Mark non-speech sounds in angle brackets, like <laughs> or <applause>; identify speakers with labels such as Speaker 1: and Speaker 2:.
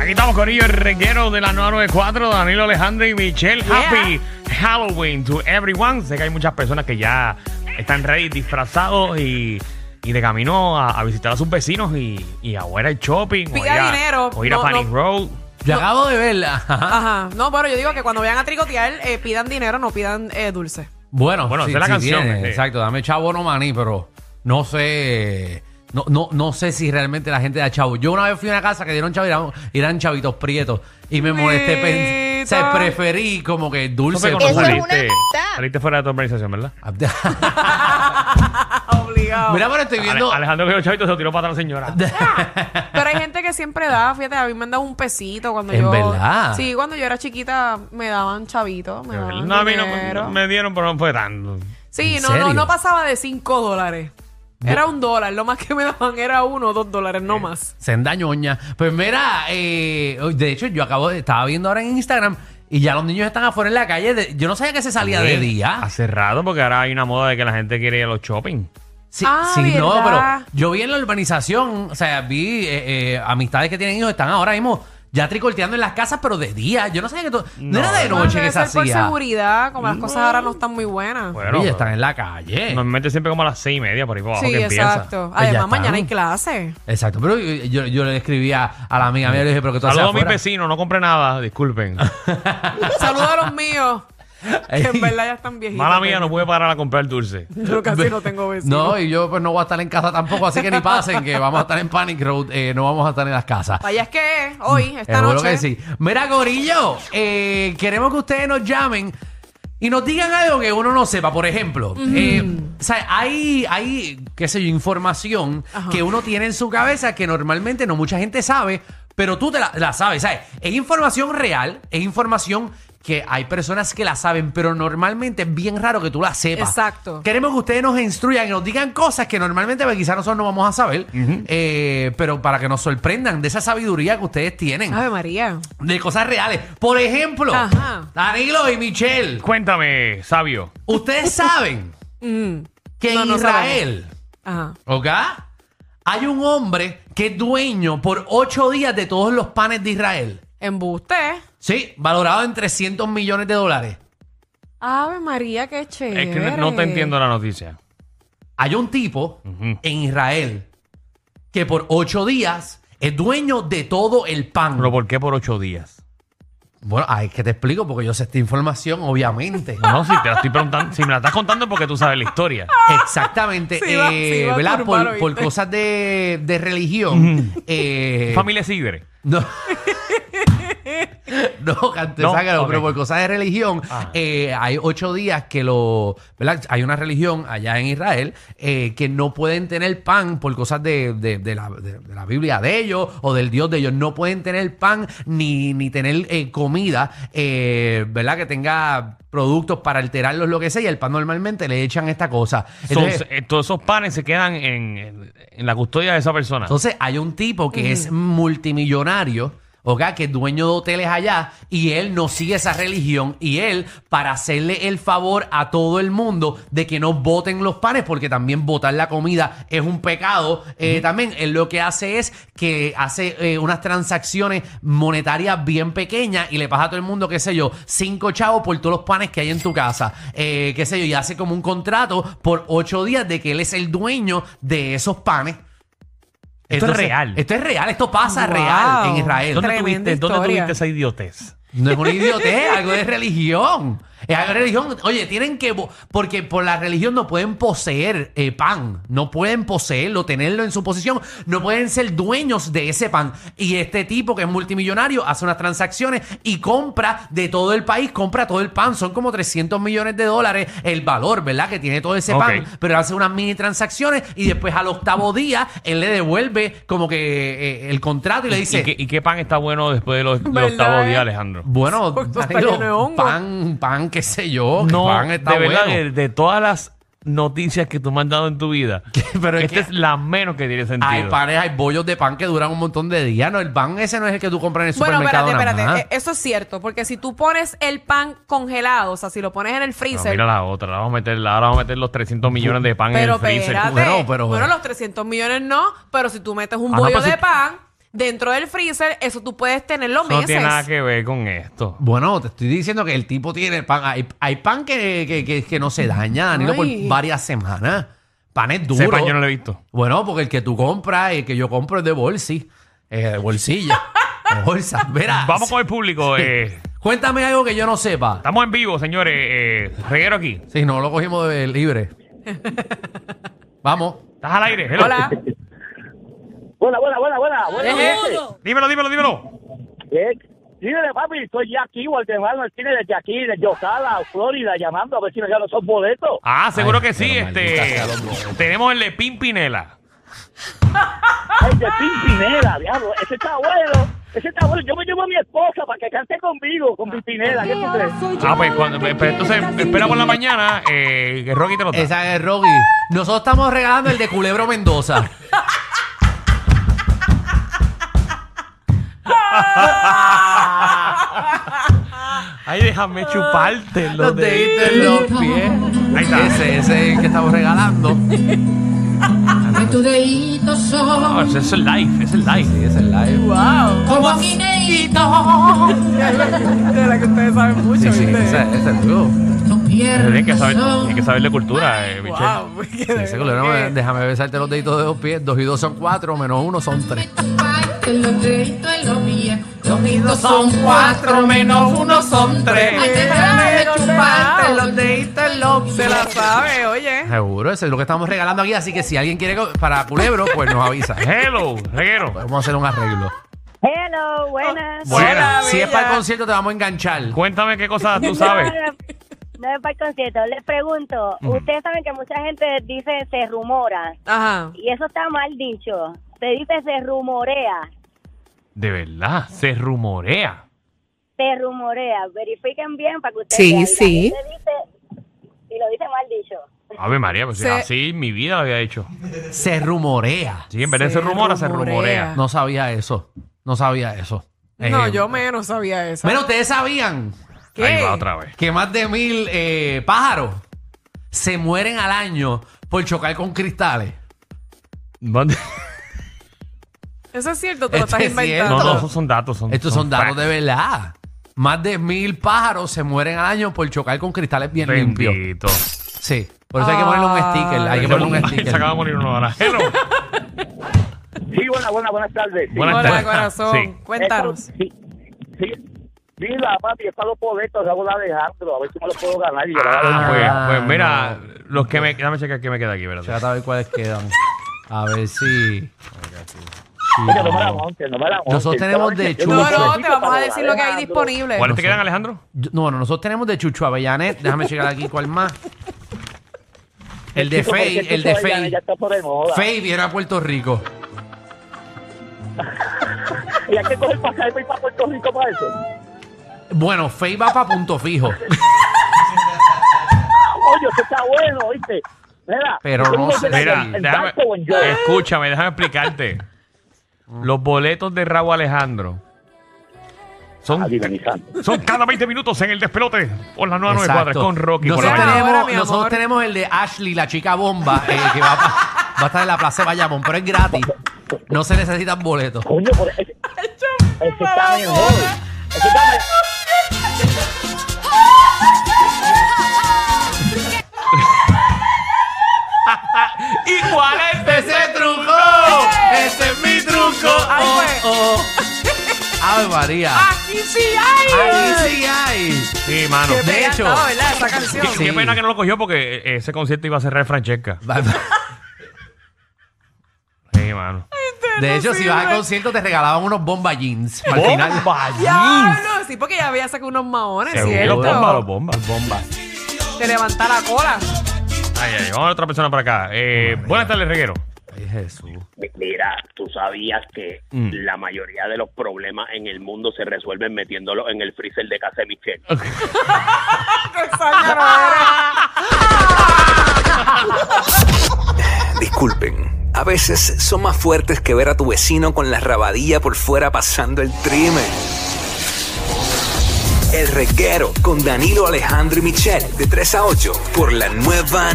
Speaker 1: Aquí estamos con ellos, el reguero de la 994, Danilo Alejandro y Michelle.
Speaker 2: Yeah.
Speaker 1: Happy Halloween to everyone. Sé que hay muchas personas que ya están ready, disfrazados y, y de camino a, a visitar a sus vecinos y, y ahora el shopping. o
Speaker 2: Pida
Speaker 1: ir a-
Speaker 2: dinero.
Speaker 1: O ir a
Speaker 2: No,
Speaker 1: Panic
Speaker 2: no.
Speaker 1: Road.
Speaker 3: Yo acabo de verla.
Speaker 1: <laughs> Ah,
Speaker 3: Ajá.
Speaker 2: Ajá. No, pero yo digo que cuando vayan a tricotear, eh, pidan dinero, no pidan eh,
Speaker 1: <laughs>
Speaker 2: dulce.
Speaker 3: Bueno,
Speaker 1: Bueno, esa es la canción, eh. sí.
Speaker 3: Exacto, dame chavo no maní, pero no sé. No, no, no sé si realmente la gente da chavo. Yo una vez fui a una casa que dieron chavo y eran, eran chavitos prietos. Y me molesté. pen-
Speaker 2: Mita.
Speaker 3: Se preferí como que dulce.
Speaker 1: Eso
Speaker 3: como-
Speaker 4: Eso es una
Speaker 1: saliste,
Speaker 4: amistad.
Speaker 1: saliste fuera de tu organización, ¿verdad? Ah,
Speaker 2: Obligado.
Speaker 3: <laughs> Mira, pero estoy
Speaker 1: Ale-
Speaker 3: viendo.
Speaker 1: Alejandro que los chavitos se lo tiró para atrás, señora.
Speaker 2: pero hay gente que siempre da, fíjate, a mí me han dado un pesito cuando
Speaker 3: En
Speaker 2: yo.
Speaker 3: verdad.
Speaker 2: Sí, cuando yo era chiquita me daban chavitos, me daban
Speaker 1: No, a mí no,
Speaker 2: dinero.
Speaker 1: no me dieron, pero no fue tanto.
Speaker 2: Sí,
Speaker 3: ¿En
Speaker 2: no, no,
Speaker 3: serio?
Speaker 2: no pasaba de 5 dólares. Era un dólar, lo más que me daban era uno o dos dólares,
Speaker 1: Eh,
Speaker 2: no más.
Speaker 3: Senda ñoña. Pues mira, eh, de hecho, yo acabo de. Estaba viendo ahora en Instagram y ya los niños están afuera en la calle. de- yo no sabía que se salía de día.
Speaker 1: Hace rato, porque ahora hay una moda de que la gente quiere ir a los shopping.
Speaker 3: Sí,
Speaker 2: Ah,
Speaker 3: sí, no,
Speaker 2: ¿verdad?
Speaker 3: pero yo vi en la urbanización, o sea, vi eh, eh, amistades que tienen hijos, están ahora mismo ya tricoteando en las casas, pero de día. Yo no sabía que todo. No, era de
Speaker 2: Bueno,
Speaker 3: noche
Speaker 2: debe
Speaker 3: que se
Speaker 2: ser por
Speaker 3: hacía. Mm.
Speaker 2: seguridad, como las cosas ahora no están muy buenas.
Speaker 1: Bueno,
Speaker 3: Oye, están en la
Speaker 1: <laughs>
Speaker 3: calle.
Speaker 1: Normalmente siempre como a las seis y media por ahí por abajo
Speaker 2: sí,
Speaker 1: que empieza.
Speaker 2: exacto.
Speaker 3: Pues ya
Speaker 2: Además,
Speaker 3: están.
Speaker 2: mañana hay clase.
Speaker 3: Exacto, pero yo, yo- yo le escribía a la amiga mía, le dije, pero que tú haces
Speaker 1: Saludos a mis
Speaker 3: afuera?
Speaker 1: vecinos, no compré nada,
Speaker 2: <laughs>
Speaker 1: disculpen.
Speaker 2: Saludos a los míos, que en verdad ya están viejitos.
Speaker 1: Mala mía, no pude parar a comprar dulce.
Speaker 2: <laughs> Yo casi no tengo vecinos.
Speaker 3: <laughs> No, y yo pues no voy a estar en casa tampoco, así que ni pasen, que vamos a estar en Panic Road, eh, no vamos a estar en las casas.
Speaker 2: Vaya es que hoy, esta
Speaker 3: Seguro
Speaker 2: noche.
Speaker 3: que sí. Mira, Gorillo, eh, queremos que ustedes nos llamen y nos digan algo que uno no sepa. Por ejemplo, eh, o sea, hay, hay, qué sé yo, información
Speaker 2: Ajá.
Speaker 3: que uno tiene en su cabeza que normalmente no mucha gente sabe, pero tú te la, la sabes, ¿sabes? Es información real, es información que hay personas que la saben, pero normalmente es bien raro que tú la sepas.
Speaker 2: Exacto.
Speaker 3: Queremos que ustedes nos instruyan y nos digan cosas que normalmente pues, quizás nosotros no vamos a saber, eh, pero para que nos sorprendan de esa sabiduría que ustedes tienen
Speaker 2: Ave María.
Speaker 3: de cosas reales. Por ejemplo,
Speaker 2: Ajá.
Speaker 3: Danilo y Michelle,
Speaker 1: Cuéntame, sabio.
Speaker 3: ustedes saben
Speaker 2: Mm.
Speaker 3: que
Speaker 2: No,
Speaker 3: en
Speaker 2: no
Speaker 3: Israel,
Speaker 2: Ajá.
Speaker 3: ¿ok? Hay un hombre que es dueño por ocho días de todos los panes de Israel.
Speaker 2: Embuste.
Speaker 3: Sí, valorado en 300 millones de dólares.
Speaker 2: Ave María, qué chévere.
Speaker 1: Es que no-
Speaker 2: eh.
Speaker 1: no te entiendo la noticia.
Speaker 3: Hay un tipo
Speaker 1: Ujú.
Speaker 3: en Israel que por ocho días es dueño de todo el pan.
Speaker 1: Pero ¿por qué por ocho días?
Speaker 3: Bueno, ay, que te explico porque yo sé esta información,
Speaker 1: <laughs>
Speaker 3: obviamente.
Speaker 1: No, si te la estoy preguntando, si me la estás contando es porque tú sabes la historia.
Speaker 3: Exactamente,
Speaker 2: Se iba- se
Speaker 3: eh,
Speaker 2: iba a
Speaker 3: ¿verdad?
Speaker 2: turbar,
Speaker 3: por, por
Speaker 2: ¿oíste?
Speaker 3: cosas de, de religión. eh,
Speaker 1: Familia Sidre.
Speaker 3: No. <laughs> no, Cante
Speaker 1: No,
Speaker 3: Zángano,
Speaker 1: ok.
Speaker 3: pero por cosas de religión,
Speaker 1: Ah.
Speaker 3: eh, hay ocho días que lo. ¿Verdad? Hay una religión allá en Israel eh, que no pueden tener pan por cosas de, de- de la, de- de la Biblia de ellos o del Dios de ellos. No pueden tener pan ni, ni tener eh, comida, eh, ¿verdad? Que tenga productos para alterarlos, lo que sea. Y al pan normalmente le echan esta cosa. Entonces-
Speaker 1: Entonces, eh, todos esos panes se quedan en, en- en la custodia de esa persona.
Speaker 3: Entonces hay un tipo que es multimillonario, ¿ok? Que es dueño de hoteles allá y él no sigue esa religión y él, para hacerle el favor a todo el mundo de que no voten los panes, porque también votar la comida es un pecado, eh, también él lo que hace es que hace eh, unas transacciones monetarias bien pequeñas y le pasa a todo el mundo, qué sé yo, cinco chavos por todos los panes que hay en tu casa, eh, qué sé yo, y hace como un contrato por ocho días de que él es el dueño de esos panes.
Speaker 1: Esto es real.
Speaker 3: Esto es real, esto pasa
Speaker 2: Wow.
Speaker 3: real en Israel.
Speaker 1: ¿Dónde
Speaker 2: Tremenda
Speaker 1: tuviste, ¿Dónde
Speaker 2: historia.
Speaker 1: tuviste esa idiotez?
Speaker 3: No es una idiotez, algo de religión. Es algo de religión. Oye, tienen que. bo- Porque por la religión no pueden poseer eh, pan. No pueden poseerlo, tenerlo en su posición. No pueden ser dueños de ese pan. Y este tipo que es multimillonario hace unas transacciones y compra de todo el país, compra todo el pan. Son como 300 millones de dólares el valor, ¿verdad? Que tiene todo ese
Speaker 1: Ok.
Speaker 3: pan pero hace unas mini transacciones y después al octavo día él le devuelve como que eh, el contrato y le dice
Speaker 1: ¿Y qué, y qué pan está bueno después de los, del
Speaker 2: ¿Verdad,
Speaker 1: octavo
Speaker 2: eh?
Speaker 1: día, Alejandro? <laughs>
Speaker 3: bueno
Speaker 2: Porque está
Speaker 3: Danilo,
Speaker 2: lleno de hongo.
Speaker 3: pan pan qué sé yo que
Speaker 1: No,
Speaker 3: pan está
Speaker 1: de verdad,
Speaker 3: bueno
Speaker 1: de, de todas las noticias que tú me has dado en tu
Speaker 3: <laughs>
Speaker 1: vida,
Speaker 3: Pero es
Speaker 1: esta
Speaker 3: que-
Speaker 1: es la menos que tiene sentido.
Speaker 3: hay panes hay bollos de pan que duran un montón de días no el pan ese no es el que tú compras en el
Speaker 2: Bueno,
Speaker 3: supermercado
Speaker 2: espérate, espérate.
Speaker 3: nada más.
Speaker 2: Eh, Eso es cierto, porque si tú pones el pan congelado, o sea, si lo pones en el
Speaker 1: No,
Speaker 2: freezer.
Speaker 1: mira la otra, la vamos a meter, ahora vamos a meter los 300 millones de pan en
Speaker 2: pero
Speaker 1: el freezer.
Speaker 2: espérate.
Speaker 3: Bueno, pero-
Speaker 2: bueno, los 300 millones no, pero si tú metes un
Speaker 3: Ah, no,
Speaker 2: bollo
Speaker 3: pero
Speaker 2: de
Speaker 3: si-
Speaker 2: pan, dentro del freezer, eso tú puedes tenerlo meses.
Speaker 1: No tiene nada que ver con esto.
Speaker 3: Bueno, te estoy diciendo que el tipo tiene el pan. Hay, hay pan que, que- que- que no se daña, Danilo,
Speaker 2: Ay.
Speaker 3: por varias semanas. Pan es duro.
Speaker 1: Ese pan yo no lo he visto.
Speaker 3: Bueno, porque el que tú compras, el que yo compro es de bolsi. Eh,
Speaker 1: <laughs>
Speaker 3: de bolsilla. de bolsa. Verás.
Speaker 1: Vamos con el público. eh,
Speaker 3: Cuéntame algo que yo no sepa.
Speaker 1: estamos en vivo, señores. eh, reguero aquí.
Speaker 3: Si no, lo cogimos
Speaker 1: <laughs>
Speaker 3: de libre. Vamos.
Speaker 1: ¿Estás al aire? Hello. <laughs>
Speaker 2: Hola.
Speaker 4: Buena, buena, buena, buena.
Speaker 2: Ah,
Speaker 4: buena
Speaker 5: este,
Speaker 4: gente.
Speaker 1: Dímelo, dímelo, dímelo.
Speaker 4: Eh, Dígale, papi, soy Jackie Waldemar Martínez desde aquí, de Yocala, Florida, llamando a ver si me ganan esos boletos.
Speaker 1: Ah, seguro
Speaker 3: Ay,
Speaker 1: que sí.
Speaker 3: pero maldita
Speaker 1: Este,
Speaker 3: sea, los boletos.
Speaker 1: tenemos el de Pimpinela.
Speaker 2: Ah.
Speaker 4: Ay, de Pimpinela, diablo, ese está bueno. Ese está bueno. Yo me llevo a mi esposa para que cante conmigo, con Pimpinela. ¿Qué tú crees?
Speaker 1: Ah, pues cuando, pero entonces espera por la mañana eh, que Rocky te lo da.
Speaker 3: Esa es Rocky. Nosotros estamos regalando el de
Speaker 6: <laughs>
Speaker 3: Culebro Mendoza.
Speaker 1: Ay, déjame chuparte
Speaker 3: Los deditos en los pies.
Speaker 1: Ahí está.
Speaker 3: Ese, ese es el que estamos regalando.
Speaker 6: Que tus deditos
Speaker 1: No,
Speaker 6: son
Speaker 1: ese es el live, ese es el live.
Speaker 3: Sí, ese es el live.
Speaker 2: Wow.
Speaker 6: como guineitos.
Speaker 2: De la que ustedes saben mucho,
Speaker 3: Sí, sí,
Speaker 2: ¿viste?
Speaker 3: ese, ese es tú.
Speaker 6: Tus
Speaker 1: Tienes que
Speaker 6: piernas
Speaker 1: saber,
Speaker 6: son
Speaker 1: tienes que saber de cultura, eh, Michelle.
Speaker 2: Wow. porque de
Speaker 3: Sí,
Speaker 2: verdad
Speaker 3: ese culebro,
Speaker 2: que-
Speaker 3: déjame besarte los deditos de los pies. Dos y dos son cuatro, menos uno son tres.
Speaker 6: que los deditos en los pies. Los deditos son cuatro, menos uno son tres. Ay, déjame chuparte
Speaker 3: Ah.
Speaker 6: los deditos en los pies.
Speaker 2: Se la sabe, oye.
Speaker 3: Seguro, eso es lo que estamos regalando aquí. Así que si alguien quiere co- para culebro, pues nos
Speaker 6: <laughs>
Speaker 3: avisa.
Speaker 1: Hello, reguero.
Speaker 3: Vamos a hacer un arreglo.
Speaker 7: Hello, buenas.
Speaker 1: Buena.
Speaker 2: Hola,
Speaker 3: si es
Speaker 2: bella.
Speaker 3: para el concierto, te vamos a enganchar.
Speaker 1: Cuéntame qué cosas
Speaker 7: <laughs>
Speaker 1: tú sabes.
Speaker 7: No, No es para el concierto. Les pregunto, ustedes saben que mucha gente dice se rumora,
Speaker 2: Ajá.
Speaker 7: y eso está mal dicho. Se dice se rumorea,
Speaker 1: De verdad, se rumorea.
Speaker 7: se rumorea. Verifiquen bien para que ustedes
Speaker 5: Sí,
Speaker 7: vean. La
Speaker 5: sí.
Speaker 7: gente dice- y lo dice mal dicho.
Speaker 1: Ave María, pues
Speaker 2: Se-
Speaker 1: así mi vida lo había hecho.
Speaker 3: Se rumorea.
Speaker 1: Sí, en vez de se
Speaker 2: Se
Speaker 1: rumora, se
Speaker 2: rumorea.
Speaker 1: rumorea.
Speaker 3: No sabía eso. No sabía eso.
Speaker 2: No,
Speaker 3: Eh,
Speaker 2: yo menos sabía eso.
Speaker 3: Bueno, ustedes sabían
Speaker 2: ¿Qué?
Speaker 1: Ahí va otra vez.
Speaker 3: que más de mil eh, pájaros se mueren al año por chocar con cristales.
Speaker 1: ¿Dónde?
Speaker 2: Eso es cierto, te lo
Speaker 3: Este
Speaker 2: estás
Speaker 3: es
Speaker 1: No,
Speaker 2: inventando.
Speaker 3: cierto.
Speaker 1: no, esos son datos. Son,
Speaker 3: Estos son datos
Speaker 1: facts.
Speaker 3: de verdad. Más de mil pájaros se mueren al año por chocar con cristales bien limpios.
Speaker 1: Bendito.
Speaker 3: Sí. Por eso hay que ponerle un
Speaker 2: Ah.
Speaker 3: sticker. Hay que
Speaker 1: Se-
Speaker 3: ponerle un
Speaker 1: Se acaba de
Speaker 3: sticker.
Speaker 1: morir uno ahora. Hello.
Speaker 4: Ah, Sí, buena, buena, buenas tardes. Sí.
Speaker 1: Buenas
Speaker 2: Hola,
Speaker 1: tardes.
Speaker 2: corazón.
Speaker 1: Sí.
Speaker 2: Cuéntanos.
Speaker 4: Esto- sí, sí. Mira, papi, es para los boletos, hago la de Alejandro, a ver si me los puedo ganar. Y
Speaker 1: Ah, pues,
Speaker 3: Ah,
Speaker 1: pues mira, los que me. Dame checar que me queda aquí, ¿verdad?
Speaker 3: Trata a ver cuáles quedan. A ver si.
Speaker 4: Oye, no me la montes, no me la montes.
Speaker 3: Nosotros tenemos de
Speaker 4: Yo
Speaker 3: chulo.
Speaker 2: No, no,
Speaker 4: tengo
Speaker 2: te
Speaker 4: boletos
Speaker 2: vamos a
Speaker 4: para
Speaker 2: decir lo que hay
Speaker 4: Alejandro.
Speaker 2: disponible.
Speaker 1: ¿Cuáles
Speaker 3: No
Speaker 1: te
Speaker 3: sé.
Speaker 1: quedan, Alejandro?
Speaker 3: Yo- No, bueno, nosotros tenemos de Chucho Avellanet. Déjame checar aquí cuál más. El de
Speaker 4: Chico, ¿por qué
Speaker 3: Fey, el
Speaker 4: Chucho
Speaker 3: de
Speaker 4: Avellanes
Speaker 3: Fey.
Speaker 4: Ya está por de moda.
Speaker 3: Fey viene a Puerto Rico.
Speaker 4: Y hay que coger pasaje para ir para Puerto Rico para eso.
Speaker 3: Bueno, Fey va para punto fijo.
Speaker 4: Oye, eso está bueno, ¿viste? Mira,
Speaker 3: Pero
Speaker 4: yo
Speaker 3: no
Speaker 4: digo
Speaker 3: sé. Eh.
Speaker 4: que
Speaker 1: Mira,
Speaker 4: en- en
Speaker 1: déjame,
Speaker 4: Tanto o en yo.
Speaker 1: escúchame, déjame explicarte. Los boletos de Raúl Alejandro
Speaker 4: Ah,
Speaker 1: son,
Speaker 4: dime, mi santo.
Speaker 1: son cada 20 minutos en el despelote por las 994
Speaker 3: Exacto.
Speaker 1: con Rocky por la
Speaker 3: Nosotros,
Speaker 1: mañana.
Speaker 2: mañana. Ahora,
Speaker 3: tenemos,
Speaker 2: mi
Speaker 3: nosotros
Speaker 2: amor.
Speaker 3: tenemos el de Ashley, la chica bomba, eh, que va, pa- va a estar en la Plaza de Bayamón, pero es gratis. No se necesitan boletos.
Speaker 4: Coño, por ese, ese está mejor. Ese está mejor.
Speaker 1: Igual
Speaker 3: ¡Ese truco! ¡Ese es mi truco!
Speaker 2: Ay,
Speaker 3: Oh,
Speaker 2: pues.
Speaker 3: oh. ¡Ave María!
Speaker 2: Aquí sí hay.
Speaker 3: ¡Ahí sí hay!
Speaker 1: es. Sí, mano.
Speaker 2: Qué
Speaker 3: De
Speaker 2: pena,
Speaker 3: hecho.
Speaker 2: no, ¿verdad? Esa canción.
Speaker 3: Sí.
Speaker 1: Qué pena que no lo cogió porque eh, ese concierto iba a cerrar Francesca. Sí, mano.
Speaker 3: De hecho, si vas a
Speaker 2: sirve.
Speaker 3: concierto, te regalaban unos bomba jeans. Al final,
Speaker 1: ¡Bomba! jeans!
Speaker 2: Diablo, sí, porque ya había sacado unos maones,
Speaker 1: Seguro,
Speaker 2: ¿cierto?
Speaker 1: Los bombas, los bombas.
Speaker 2: Te levanta la cola.
Speaker 1: Ay, ay, vamos a otra persona por acá. Eh, buenas tardes, Reguero.
Speaker 3: Ay, Jesús.
Speaker 8: Mi- Mira, tú sabías que
Speaker 1: Mm.
Speaker 8: la mayoría de los problemas en el mundo se resuelven metiéndolos en el freezer de casa de Michelle.
Speaker 2: Qué zángano <laughs> eres.
Speaker 9: Disculpen, a veces son más fuertes que ver a tu vecino con la rabadilla por fuera pasando el trimen. El reguero con Danilo Alejandro y Michel de 3 a 8 por la nueva